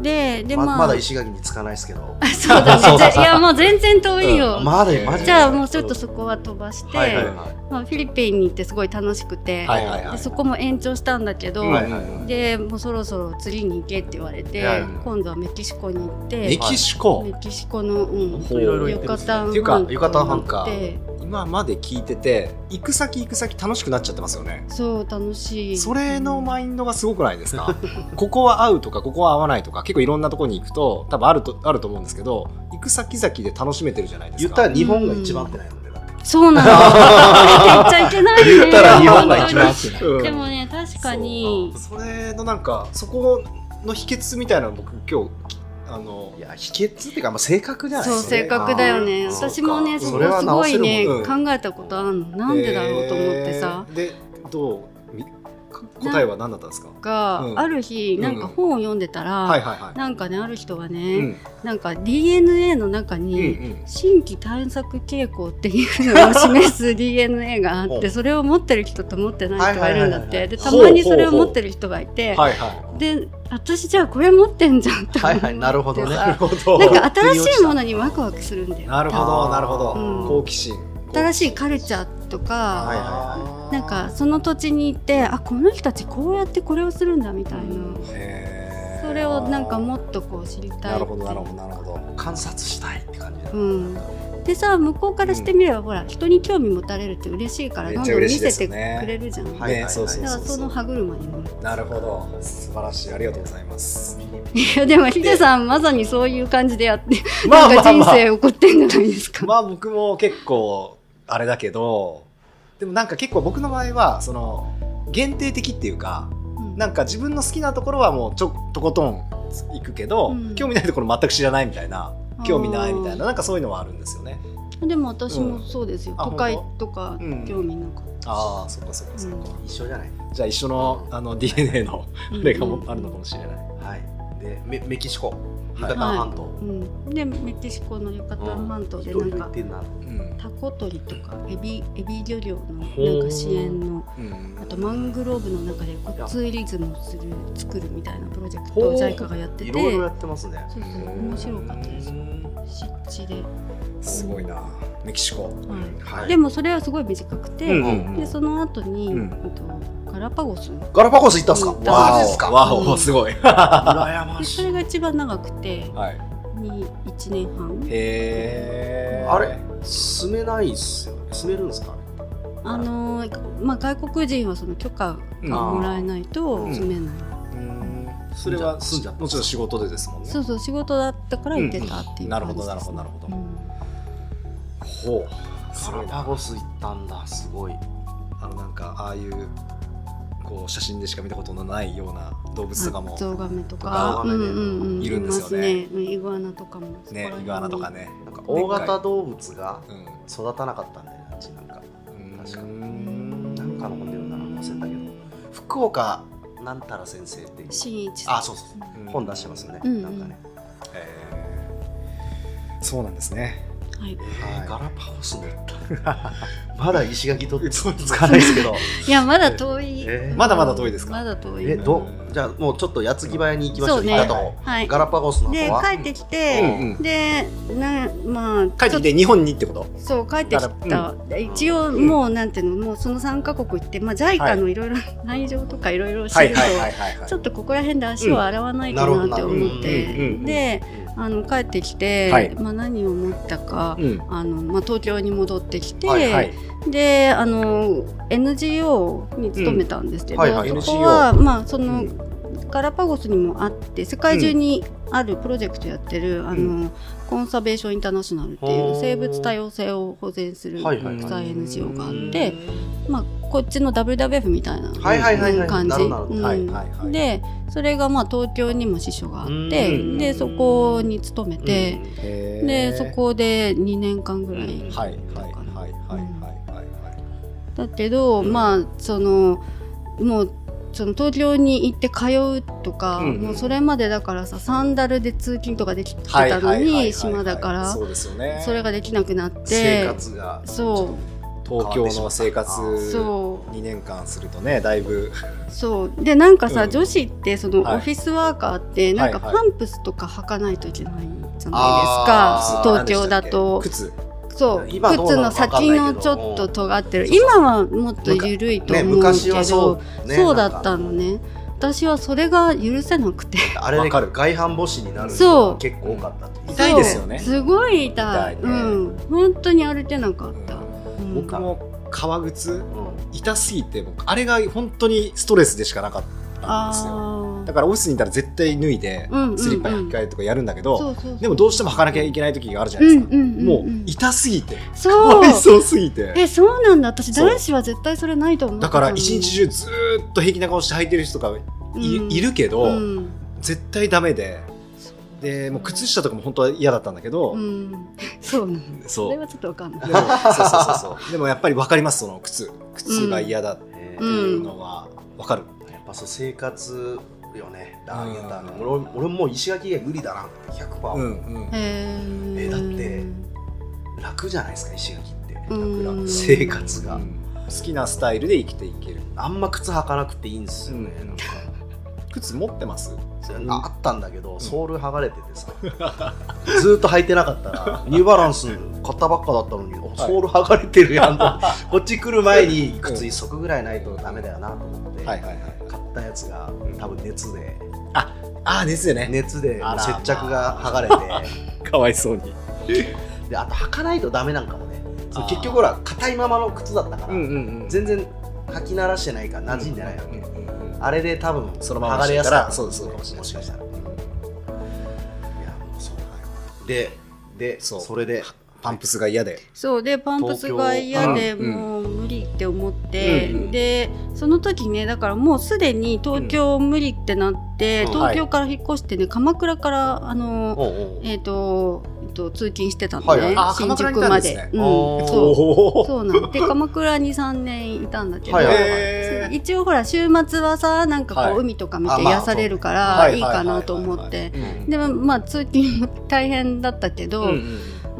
C: でで
B: ま
C: まあ
B: まだ石垣に着かないですけど
C: <laughs> そうだねぜ。いやもう全然遠いよ。
B: まだマジで
C: じゃあもうちょっとそこは飛ばして、
B: はいはいはい
C: まあ、フィリピンに行ってすごい楽しくて、
A: はいはいはい
C: でそこも延長したんだけど、
A: はいはいはい
C: でもうそろそろ次に行けって言われて、
B: はい
C: 今度はメキシコに行って
A: メキシコ
C: メキシコの、うん、
A: ほういろいろ行
C: ユ
A: って
C: カ
B: ます
C: タン
A: っていうか
C: 半島
A: ユカタン半島
C: に行って
A: 今まで聞いてて行く先行く先楽しくなっちゃってますよね
C: そう楽しい
A: それの
C: うん
A: マインドがすごくないです <laughs> かここは合うとかここは合わないとか結構いろんなとこに行くと多分あるとあると思うんですけど行く先々で楽しめてるじゃないです
B: 言っ
A: か
B: たら日本が一番合ってないもんねだって
C: そうなの
B: <laughs>
C: 言っちゃいけないね
B: 言ったら日本が一番合
C: 本
B: ってない
C: 当
A: う
C: に
A: ん
C: でもね確かに
A: そうそれのなんかそこの秘訣みたいなの僕今日あの
B: いや秘訣っていうか、まあ、性格じゃない
C: そう
A: ね
C: 性格だよね
B: あー
C: 私もね
B: そ
C: そう
B: かそ
C: こ
B: れは
C: すご
B: 直せ
C: い
B: るもん
C: ね
A: うん
C: 考えたことあんのなんでだろうと思ってさ、
A: えーでどうみ答えは何だったんですか
C: が、
A: うん
C: ある日なんか本を読んでたら、
A: はいはいはい。
C: なんかねある人が
A: う
C: ね、
A: ん
C: なんか DNA の中
A: うんう
C: に、
A: ん
C: 新規探索傾向っていうのを示す DNA があっ
A: お
C: てそれを持ってる人と持ってない人がいるんだっ
B: はいはいはいは
C: て
B: い
C: でたまにそれを持ってる人がいて
A: はいは
C: で私じゃあこれ持ってんじゃんって思
B: はい
C: って
B: はいなるほど
A: い。
B: ね
A: なる
C: さ
A: ほど。
C: <laughs> なんか新しいものにワクワクするんだよ
A: なるほどなるほど。
C: うん
A: 好奇心。
C: 新しいカルチャーと
A: は
C: か
A: いは
C: なんかその土地に行ってあこの人たちこうやってこれをするんだみたいな
A: へー
C: それをなんかもっとこう知りたい
A: なる
C: ってい
A: ほ
C: う
A: どなるほどなるほど。
B: 観察したいって感じだ
C: う
B: ね。
C: ん、でさ向こうからしてみれば、ほら人に興味持たれるって嬉しいから
A: めっ
C: どん
A: ちゃ
C: どん見
A: 嬉しいで
C: せ
A: すよ
C: て
A: ね
C: くれるじゃん。
B: はいはい
A: ね
B: はい
A: そうそう
C: だか
A: そ
C: ら
A: う
C: その
A: そう。
C: 歯車に乗る。
A: なるほど素晴らしいありがとうございます。
C: い <laughs> やでもヒデさんまさにそういう感じでやって、
A: まあ
C: な
A: ま
C: んか
A: あ
C: 人
A: まあ
C: 生起こってんじゃないです
A: <laughs>
C: か。
A: まあ僕も結構あれだけどでもなんか結構僕の場合はその限定的っていうか
C: うん
A: なんか自分の好きなところはもうちょとことん行くけど、
C: うん
A: 興味ないところ全く知らないみたいな興味ないみたいななんかそういうのはあるんですよね。
C: あーでも私もそうですよ。
A: うんあ
C: 都会
A: 本
C: とか
A: うん
C: 興味なかっ
A: ああそっかそっかそっか、
B: 一緒じゃない。
A: じゃあ一緒のあの DNA の
C: た。
A: <laughs> あれがも
C: うん
A: あるのかもしれない。
B: はい。でメメキシコ
A: い
B: ユカタン半島。
C: うん。でメキシコのユカタン半島で
B: うん
C: な
B: ひどいこと
C: ん
B: 言
C: か
B: ってんな。
A: うん
C: タコ取りとかエビエビ漁業
B: ほ
C: の
B: う
C: なんか支援の
A: うん
C: あとマングローブの中でこうツーリズムをする作るみたいなプロジェクト
B: ほう
C: を JICA がやってて
B: いろいろやってますね。
C: そうそう面白かったです湿地で、
A: すごいなメキシコ。
C: は、
B: はいい
C: でもそれはすごい短くて、
A: うんうん
C: でその後に、
A: うん
C: あとガラパゴス
B: ガラパゴス行ったんですか。
C: うん
B: マ
A: わ
B: ジです
A: お
B: か。
A: わ
C: う
A: お
C: ん
A: すごい。
B: 羨ま
C: でそ
B: しい
C: れ。が一番長くて
A: はい。
C: に1年半
A: へー
B: あれ住めないっすよね。住めるんですか。
C: あのーまあ、外国人はその許可
A: うん
C: がもらえないと
A: うん
C: 住めない、
A: うんそれは
B: 住んじゃった
A: もちろん仕事でですもんね。
C: そうそう仕事だったから行けたっていう
A: なる
C: 感
A: ほ
C: じで
A: ど
C: す、
A: なるほどなるほど。
C: うん
A: ほう。す
B: ガ
A: ごい
B: ラパ
A: な。
B: ゴス行ったんだ。すごい。
A: あのなんかああいうこう写真でしか見たことのないような動物とかも
C: ゾウガメと
A: ゾ
C: か、
B: ウガメね
C: うんうんうん、
A: いるんですよね
C: いますねイグアナとかもそこら
A: ね
C: 辺に
A: イグアナとかね。
B: なんか大型動物が
A: うん。
B: 育たなかったんだよなうちなんか。確か
A: に
B: なんかの本で読んだの忘れたけど福岡なんたら先生っていう
C: 新一さん
B: あそうそうそう本出してますよね、
C: うん
B: なんかね、
A: そうなんですね。
C: はい、
B: はい
A: は
B: ガラパゴスに行った <laughs> まだ石垣とつかないですけど
C: いやまだ遠い、
B: えー
A: まだまだ遠いですか
C: まだ遠い
B: えどじゃあもうちょっと矢継ぎ早に行きましょ
C: そううね
B: 行ったとこ
C: はい
B: ガラパゴスの
C: で
B: 方は
C: 帰ってきて、
A: うんうん
C: でなまあ
A: 帰ってきて日本にってこと？
C: ちょそう帰ってきた、で
B: うん
C: 一応
A: うん
C: もうなんていうのもうその3カ国行って、まあ、JICA のいろいろ内情とかいろいろ知ると、
A: いはいは
C: ちょっとここら辺で足を洗わないとなって思
A: う
C: っ
A: んなるほどなるほどうんうんう
C: て
A: ん
C: であの帰ってきて、
A: はい
C: まあ、何を思ったか、
A: うん。
C: あのまあ、東京に戻ってきて、
A: はいはい。
C: であの NGO に勤めたんですけど、
B: うんはいはい
C: そこは、まあ、そうの、
A: ん
C: ガラパゴスにもあって世界中にあるプロジェクトやってる、あのコンサベーション・インターナショナルってい
B: ほ
C: う
B: ー
C: 生物多様性を保全する
B: は
C: 国
B: いはいはい
C: 際 NGO があっ
A: で
C: て、まあ、こっちの WWF みたいな
B: はいはいはいはい
C: 感じ。
B: なるほどなるほど
C: うん
A: はいはいはい
C: でそれがまあ東京にも支所があって
B: うん
C: でそこに勤めて、
A: へー
C: でそこで2年間ぐらい
A: はいはいはいはいはいはいはい。
C: だけど、
A: うん
C: まあそのもうその東京に行って通うとか、
A: うんうん
C: もうそれまでだからさサンダルで通勤とかできて
A: はいは
C: た
A: いは
C: の
A: いはい
C: に島だから
A: そうですよね
C: それができなくなって
B: 生活が
C: そ
A: 東京の生活
B: 変わっ
C: うそう
A: 2年間するとねだいぶ
C: そうでなんかさ、
A: うん
C: 女子ってそのオ
A: はい
C: フィスワーカーってなんか
A: はい
C: パ
A: は
C: ンプスとか履かないといけないじゃないですか、
B: あー
C: 東京だと
A: 靴
C: そう
B: 今どう
C: 靴
B: なの
C: の
B: かわかんないけど
C: 先のちょっと尖ってる
B: そうそう
C: 今はもっと緩いと
B: ね
C: 思うけど、
B: 昔はそうね
C: そうだった
B: なんか
C: のね私はそれが許せなくて
B: あれで
A: わかる
B: 外反母趾になる
C: そう
B: 人が結構多かったっていう
A: 痛いですよね
C: そうすごい痛
A: 痛
C: い
A: いね
C: うん本当に歩けなかった、うん
A: 僕も革靴
B: うん
A: 痛すぎて僕あれが本当にストレスでしかなかったんですよ
C: あー
A: だからオフィスにいたら絶対脱いで
C: うんうんうん
A: スリッパに履き替えるとかやるんだけ
C: そ
A: ど
C: うそうそう
A: でもどうしても履かなきゃいけない時があるじゃないですか
C: うんうんうんうん
A: もう痛すぎてか
C: そう
A: わいそうすぎて
C: えそうなんだ私
A: そう
C: 男子は絶対それないと思う
A: だから一日中ずーっと平気な顔して履いてる人がい,、
C: うん
A: いるけど、
C: うん
A: 絶対ダメででもう靴下とかも本当は嫌だったんだけど、
C: うんそうなのそ
A: そ
C: れ
A: う
C: はちょっとわかんない
A: でもそうそう <laughs> そうそうでもやっぱり分かりますその靴靴が嫌だっていうのは分かる、やっ
B: そう生活よねあ
A: うん
B: 言ったね俺俺もう石垣以外無理だなって100%、
A: うんうん
C: へ
B: え
C: え
B: だって楽じゃないですか石垣って
C: うん
B: 楽々生活
A: う
B: が、
A: ん好きなスタイルで生きていける
B: あんま靴履かなくていいんですよね、
A: うん
B: なんか
A: 靴持ってます
B: ああったんだけどソール剥がれててさ、 <laughs> ずーっと履いてなかったら
A: <laughs>
B: ニューバランス買ったばっかだったのに、おソール剥がれてるやんと
A: <laughs>
B: こっち来る前に靴一足ぐらいないとダメだよなと思って、
A: はいはいはい
B: 買ったやつが多分熱で
A: ああですよね
B: 熱で
A: あら
B: 接着が剥がれて、
A: <laughs> かわいそうに
B: であと履かないとダメなんかもねそう
A: あー
B: 結局ほら硬いままの靴だったから、
A: うんうんうん
B: 全然履き慣らしてないから馴染んでないわけ、
A: うんうんうん
B: あれで多分
A: そのまま
B: 剥がれやす
A: してたらそうそうかもしれない
B: もしかしたらいやもうそう
A: はい
B: でで
A: そ
B: そうれで
A: パンプスが嫌で
C: そうでパンプスが嫌で
A: 東京うん
C: もう無理って思って、
A: うんうん
C: でその時ねだからもうすでに東京無理ってなって、
B: うん
C: 東京から引っ越してね鎌倉からあの、
B: おうおう
C: えっ、と,、えっと通勤してたのね、
B: はいはい
A: あ鎌
C: 新
A: 倉に
C: 宿
A: いたん
C: ま
A: です
C: で
A: ね
C: うん、
B: おー
C: そう
A: お
C: そうなんで鎌倉に3年いたんだけど、
B: はいはい
C: そう
A: へ
C: 一応ほら週末はさなんかこう、
A: はい
C: 海とか見
B: あ
C: て
B: まあ
C: 癒されるか
A: は
C: ら
A: いはい
C: いいかなと思
A: は
C: っ
A: い
C: て
A: ーうん
C: でもまあ通勤も大変だったけど、
A: う
C: う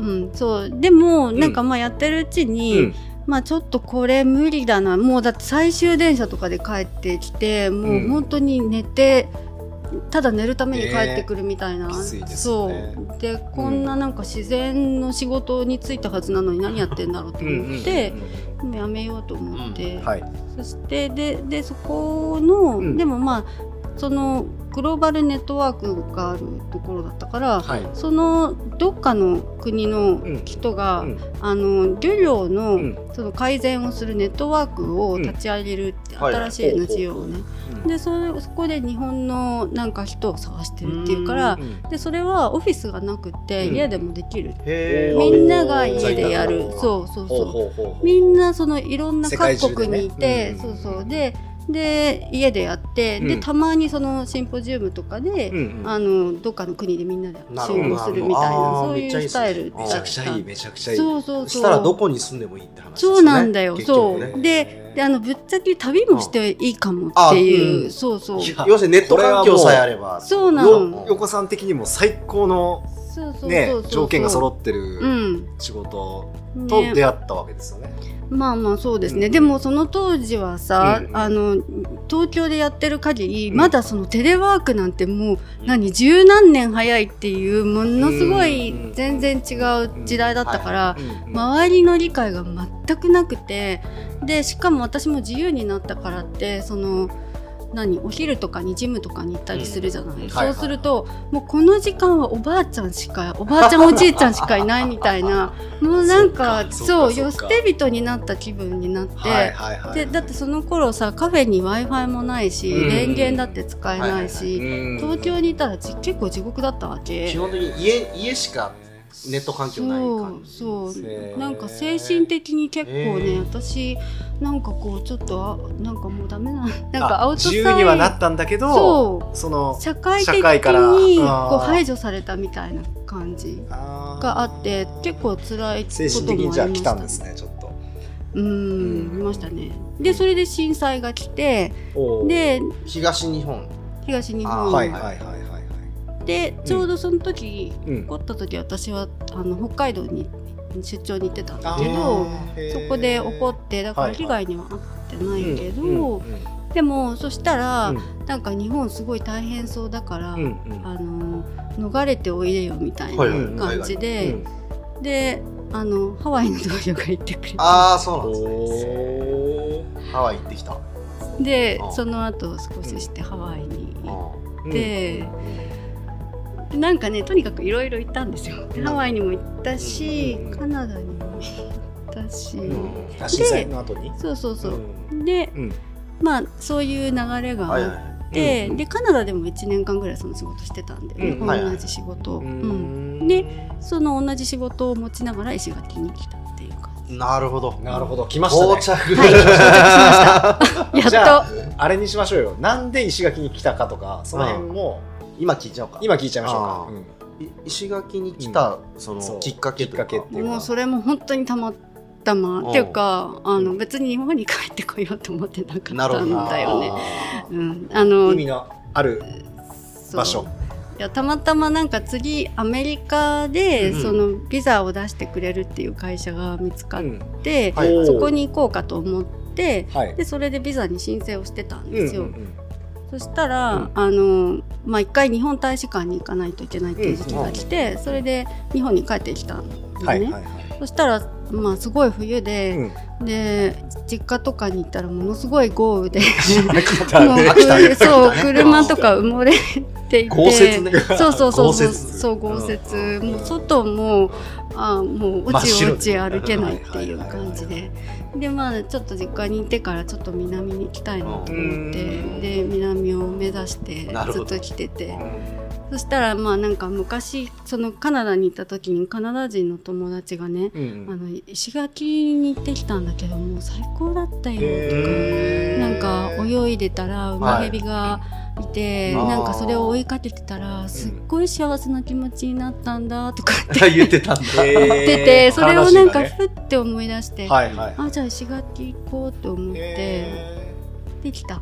C: んんそうでもなんかまあやってるうち
A: うん
C: に、
A: うん
C: まあちょっとこれ無理だなもうだって最終電車とかで帰ってきても
A: う
C: うん本当に寝て、ただ寝るために帰ってくるみたいな、
A: ねきついです
C: そ
A: よ
C: う
A: ね
C: でこんななんか自然の仕事に就いたはずなのに何やってんだろうと
A: うんうん
C: 思って、もうやめようと思って、
B: う
A: はい
C: そしてででそこの、
A: うん
C: でもまあそのグローバルネットワークがあるところだったから、
A: はい
C: そのどっかの国の人が、
A: うん
C: あの漁業の、
A: うん
C: その改善をするネットワークを立ち上げるって、
B: んはい
C: 新しい NGO をね、でそれそこで日本のなんか人を探してるっていうから
A: うん
C: でそれはオフィスがなくて
A: うん
C: 家でもできる、
B: へ
A: うん
B: ー
C: みんなが家でや
A: お
C: る
A: ー
C: そうそ
A: ほう
C: うそう
A: ほうほうほう
C: みんなそのいろんな
A: 世界中
C: 各
A: でね
C: 国にいて、
A: うん
C: そうそうでで家でやって、
A: う
C: で
A: ん
C: たまにそのシンポジウムとかで、
A: うんうん
C: あのどっかの国でみんなで
B: な
C: 集
B: るほど
C: 合するみたいな
B: あー
C: そう
B: め
C: い
B: っちゃいいうっすね
C: スタイルだ
A: め
C: っ
A: ち
C: た
A: ゃくちゃいいめちゃくちゃいい
C: そうそうそう
B: したらどこに住んでもいいって話ですね
C: そうなんだよ、
B: 結
C: そ
B: 局
C: う、
B: ね
C: でであのぶっちゃけ旅もしていいかもって
B: あ
C: いう、
B: うん
C: そうそう
A: いや
B: 要するにネット環境さえあれば
C: そうな
A: よ
C: の
A: 横さん的にも最高の
C: そうそうそうそう、
A: ね条件が揃
C: っ
A: って
C: て
A: る
C: う
A: 仕事
C: ん
A: と出
C: ね、
A: 会ったわけですよね
C: まあまあそうですね、
A: うん
C: でもその当時はさ、
A: うん
C: あの東京でやってる限り、
A: うん
C: まだそのテレワークなんてもう、
B: うん
C: 何十何年早いっていうものすごい
A: うん
C: 全然違う時代だったから、
A: うんうん
C: 周りの理解が全くなくてでしかも私も自由になったからってその何お昼とかにジムとかに行ったりするじゃない、
A: うん
C: そうすると、もうこの時間はおばあちゃんしかおばあちゃんおじいちゃんしかいないみたい
A: <laughs>
C: なもうなんか
A: そ
C: そ
A: か
C: う
A: そうか
C: う
A: そう
C: 寄
A: か
C: 捨て人になった気分になって。
A: はいはいはい
C: でだってその頃さカフェに w i f i もないし、
A: うん
C: 電源だって使えないし、
A: うん
C: 東京にいたらじ結構地獄だったわけ
B: 基本的に家家しかネット環境ない感じ
C: そう
A: じ
C: そ
A: ですね
C: うなんか精神的に結構ね、
B: へー
C: 私なんかこうちょっとあなんかもうダメななん
A: あ
C: かアウトサイ
A: 自由にはなったんだけど
C: そ
A: その
C: う社会的
A: 社会から
C: に
A: あー
C: こう排除されたみたいな感じが
A: が
C: あって結構辛いこ
A: 精神
C: と
A: 的に
C: も
A: じゃ
C: あ
A: あ
C: りま
A: 来
C: した
A: んですねちょっと
C: うーん
A: うん
C: 見ましたねでそれで震災が来て
A: おー
C: で
B: 東日本
C: 東日
B: あー
A: はい
C: 本
A: はいはいはいはい
C: でちょうどその時
A: うん
C: 起こった時私はあの北海道に出張に行ってたんだ
A: あ
C: けど
A: ー
C: そこで怒ってだから被害には遭ってないけど、でもそしたら、なんか日本すごい大変そうだから、あの逃れておいでよみたい
B: はい
A: は
C: ない感じで、であのハワイの同僚が行ってくれて
B: ああそうなんですね
A: お
B: ハワイ行ってきた
C: で
B: あー
C: その後少ししてハワイに行っ
B: う
C: て、なんかねとにかくいろいろ行ったんですよ。でハワイにも行ったし、
A: うん
C: カナダにも行ったし、
B: ん
A: 震災の後に
C: そうそうそうう。
A: ん
C: で
A: うん
C: まあそういう流れが
B: は
C: あっ
B: い
C: て
B: はいはい
C: で,、
A: うん
C: でカナダでも1年間ぐらいその仕事してたんで、
A: うん
B: はいはい
C: 同じ仕事を、
A: う
C: うん
A: ん
C: でその同じ仕事を持ちながら石垣に来たっていうか
B: なるほど。
A: なるほ
B: ど。
A: ど来ました
B: 到
A: ね
B: 着。 <laughs>
C: やっ
A: じゃあ
C: と
A: あれにしましょうよなんで石垣に来たかとかその辺も
B: 今聞いちゃおうか。
A: 今聞いちゃいましょうか
B: あー
A: うん
B: い石垣に来た、そ
A: そう
B: のきっかけというか
A: きっかけっていう
C: もうそれも本当にたまたまっていうかあの別に日本に帰ってこようと思ってなかったん
B: なるほど
C: だよね。
A: あ
C: うん、あ
A: ー
C: の
A: 海のある
C: そう
A: 場所。
C: いやたまたまなんか次アメリカで、
B: うん
C: そのビザを出してくれるっていう会社が見つか
A: う
C: っ
A: ん
C: て、
B: はい <laughs>
A: おー
C: そこに行こうかと思って
A: はい。
C: でそれでビザに申請をしてたんですよ。
A: うんうん
C: そしたら、
A: うん
C: あのまあ一回日本大使館に行かないといけないっていう時期が来て、それで日本に帰ってきたん
A: う
C: だ
A: んは
C: ね。
A: いはいはい。
C: そしたらまあすごい冬で、
A: うん
C: で実家とかに行ったらものすごい豪雨で
A: 来
C: <laughs>
A: た
C: もう
A: ね
B: 秋田ね
C: 冬そう
B: 秋田ね
C: 車とか埋もれていて
B: 豪雪ね。
C: そうそうそ
B: 豪
C: うそう
B: 雪
C: そう豪雪、
B: うん
C: もう外もあも
B: 真
C: うお
B: っ
C: ち
B: 白
C: おち歩けないっていう感じででまあちょっと実家にいてからちょっと南に行きたいなと思って
A: うん
C: で南を目指して
B: なる
C: ず
B: ほど
C: っと来ててそしたらまあなんか昔そのカナダに行った時にカナダ人の友達がね
A: うんう
C: あ
A: ん。
C: の石垣に行ってきたんだけどもう最高だったよとか、
A: へー
C: なんか泳いでたらウマヘビがいて、
B: はい
C: なんかそれを追いかけてたらすっごい幸せな気持ちになったんだとかっ
B: <laughs>
C: て
B: って言ってたんだ。
C: 言 <laughs> ってて、
A: へー
C: それをなんか
A: 悲しいね
C: ふって思い出して、
A: はいはいはい。
C: あじゃあ石垣行こうと思って、
A: へ
C: できた、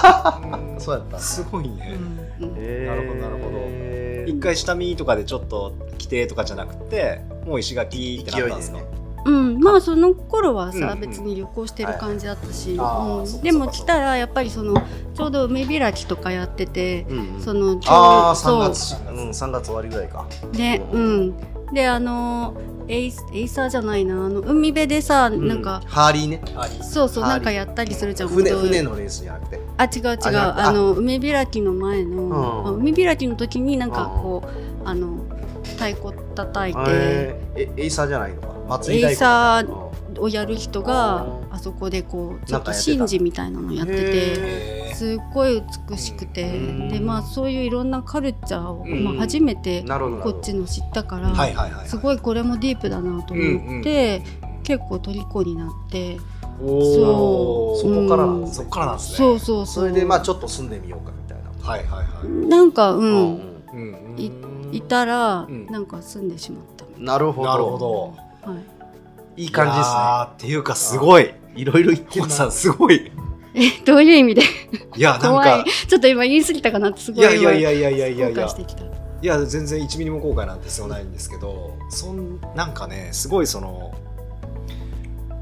A: ー
B: そうやった
A: すごいね。
C: うん
A: なるほどなるほど
B: えー
A: 一回下見とかでちょっと来てとかじゃなくてもう石垣ってなったんですか
B: 勢いで
C: うんまあその頃はさ、
A: うん
C: 別に旅行してる感じだったし、
B: はいあー
C: うん
B: そっかそっか
C: でも来たらやっぱりそのちょうど海開きとかやってて、
B: うんうん
C: そのちょう
B: ああ、
C: そ
B: 三
C: う
B: 月、うん、三月終わりぐらいか。
C: ねうんであのエイスエイサーじゃないなあの海辺でさ、なんか
B: うハーリーね。
C: そうそう
B: ハーリー
C: なんかやったりするじゃん
B: 船、
C: 本当
B: 船のレースじゃなくて。
C: あ違う違う
B: あなん
C: あ
B: か
C: の海開きの前の、
B: ん
C: あ海開きの時になんか
B: うん
C: こうあの太鼓叩いて
B: えーえエイサーじゃないのか。祭り
C: エイサー
B: ー
C: をやる人が
B: うん
C: あそこでこうちょ
B: なん
C: っ
B: か
C: と
B: やってた
C: 神事みたいなのやってて。
A: へ
C: すっごい美しくて、
B: うん
C: でまあそういういろんなカルチャーを、
A: うん
C: まあ、初めて
B: なるほど。なる
C: こ
B: ほど
C: っちの知ったから、
A: ーはいはいはいはい
C: すごいこれもディープだなと思って、結構虜になって、
A: おー
B: そこからなんです
A: そ
B: ね
A: こからなんですね
C: そうそうそう
B: それで、まあ、ちょっと住んでみようかみたいな。
A: はいはいはい
C: なんかう、
B: うんん
A: うん
C: い
A: うん
C: いたら、
A: うん
C: なんか住んでしまった、
B: なるほど。
A: なるほど
C: はい、
B: いい
A: い
B: 感じですね。
A: やーっていうかすごい
B: いろいろ言っ
A: コ
B: てま
A: ウ
B: す
A: さんすごい
C: えどういう意味で
A: いやなん
C: 怖い
A: か
C: ちょっと今言い過ぎたかなってす
A: い
C: ごい
A: やいやいやいやいやい
C: 今
A: や
C: 後
A: いや
C: 悔してきた
A: いや全然1ミリも後悔なんて必要ないんですけどそんなんかねすごいその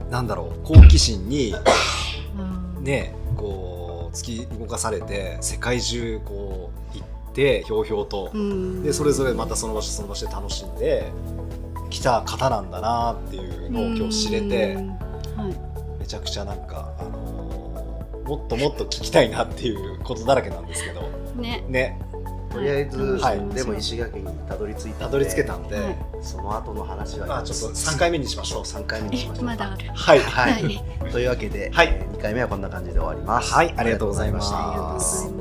A: なんだろう好奇心に
C: うん
A: ねこう突き動かされて世界中こう行ってひょうひょうと
C: うん
A: でそれぞれまたその場所その場所で楽しんで来た方なんだなっていうのを今日知れて
C: うんはい
A: めちゃくちゃなんか、あのーもっともっと聞きたいなっていうことだらけなんですけど
C: ね
A: ね
B: とりあえず、
A: はい
B: でも石垣にたどり着いたんで
A: たどり着けたんで、
C: はい
B: その後の話は
A: まあ、ちょっと3回目にしましょう
B: 3回目にしましょ
C: え
B: う
C: まだある
A: はい
B: はい、
C: はい
B: というわけで、
A: はい
B: えー、2回目はこんな感じで終わります
A: はいありがとうございました
C: ありがとうございます